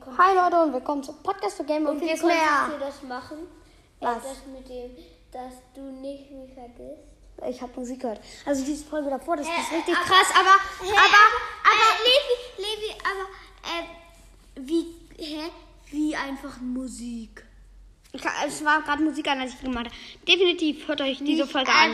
kommt. Hi Leute und willkommen zum Podcast für Game Und und wie vieles konntest mehr. du das machen? Was? Äh, das mit dem, dass du nicht mich vergisst. Ich habe Musik gehört. Also diese Folge davor, das Äh, ist richtig aber- krass, aber, Hä, aber, äh, Levi, Levi, aber, äh, wie, hä? Wie einfach Musik. Ich- es war gerade Musik an, als ich gemacht habe. Definitiv hört euch diese Folge an.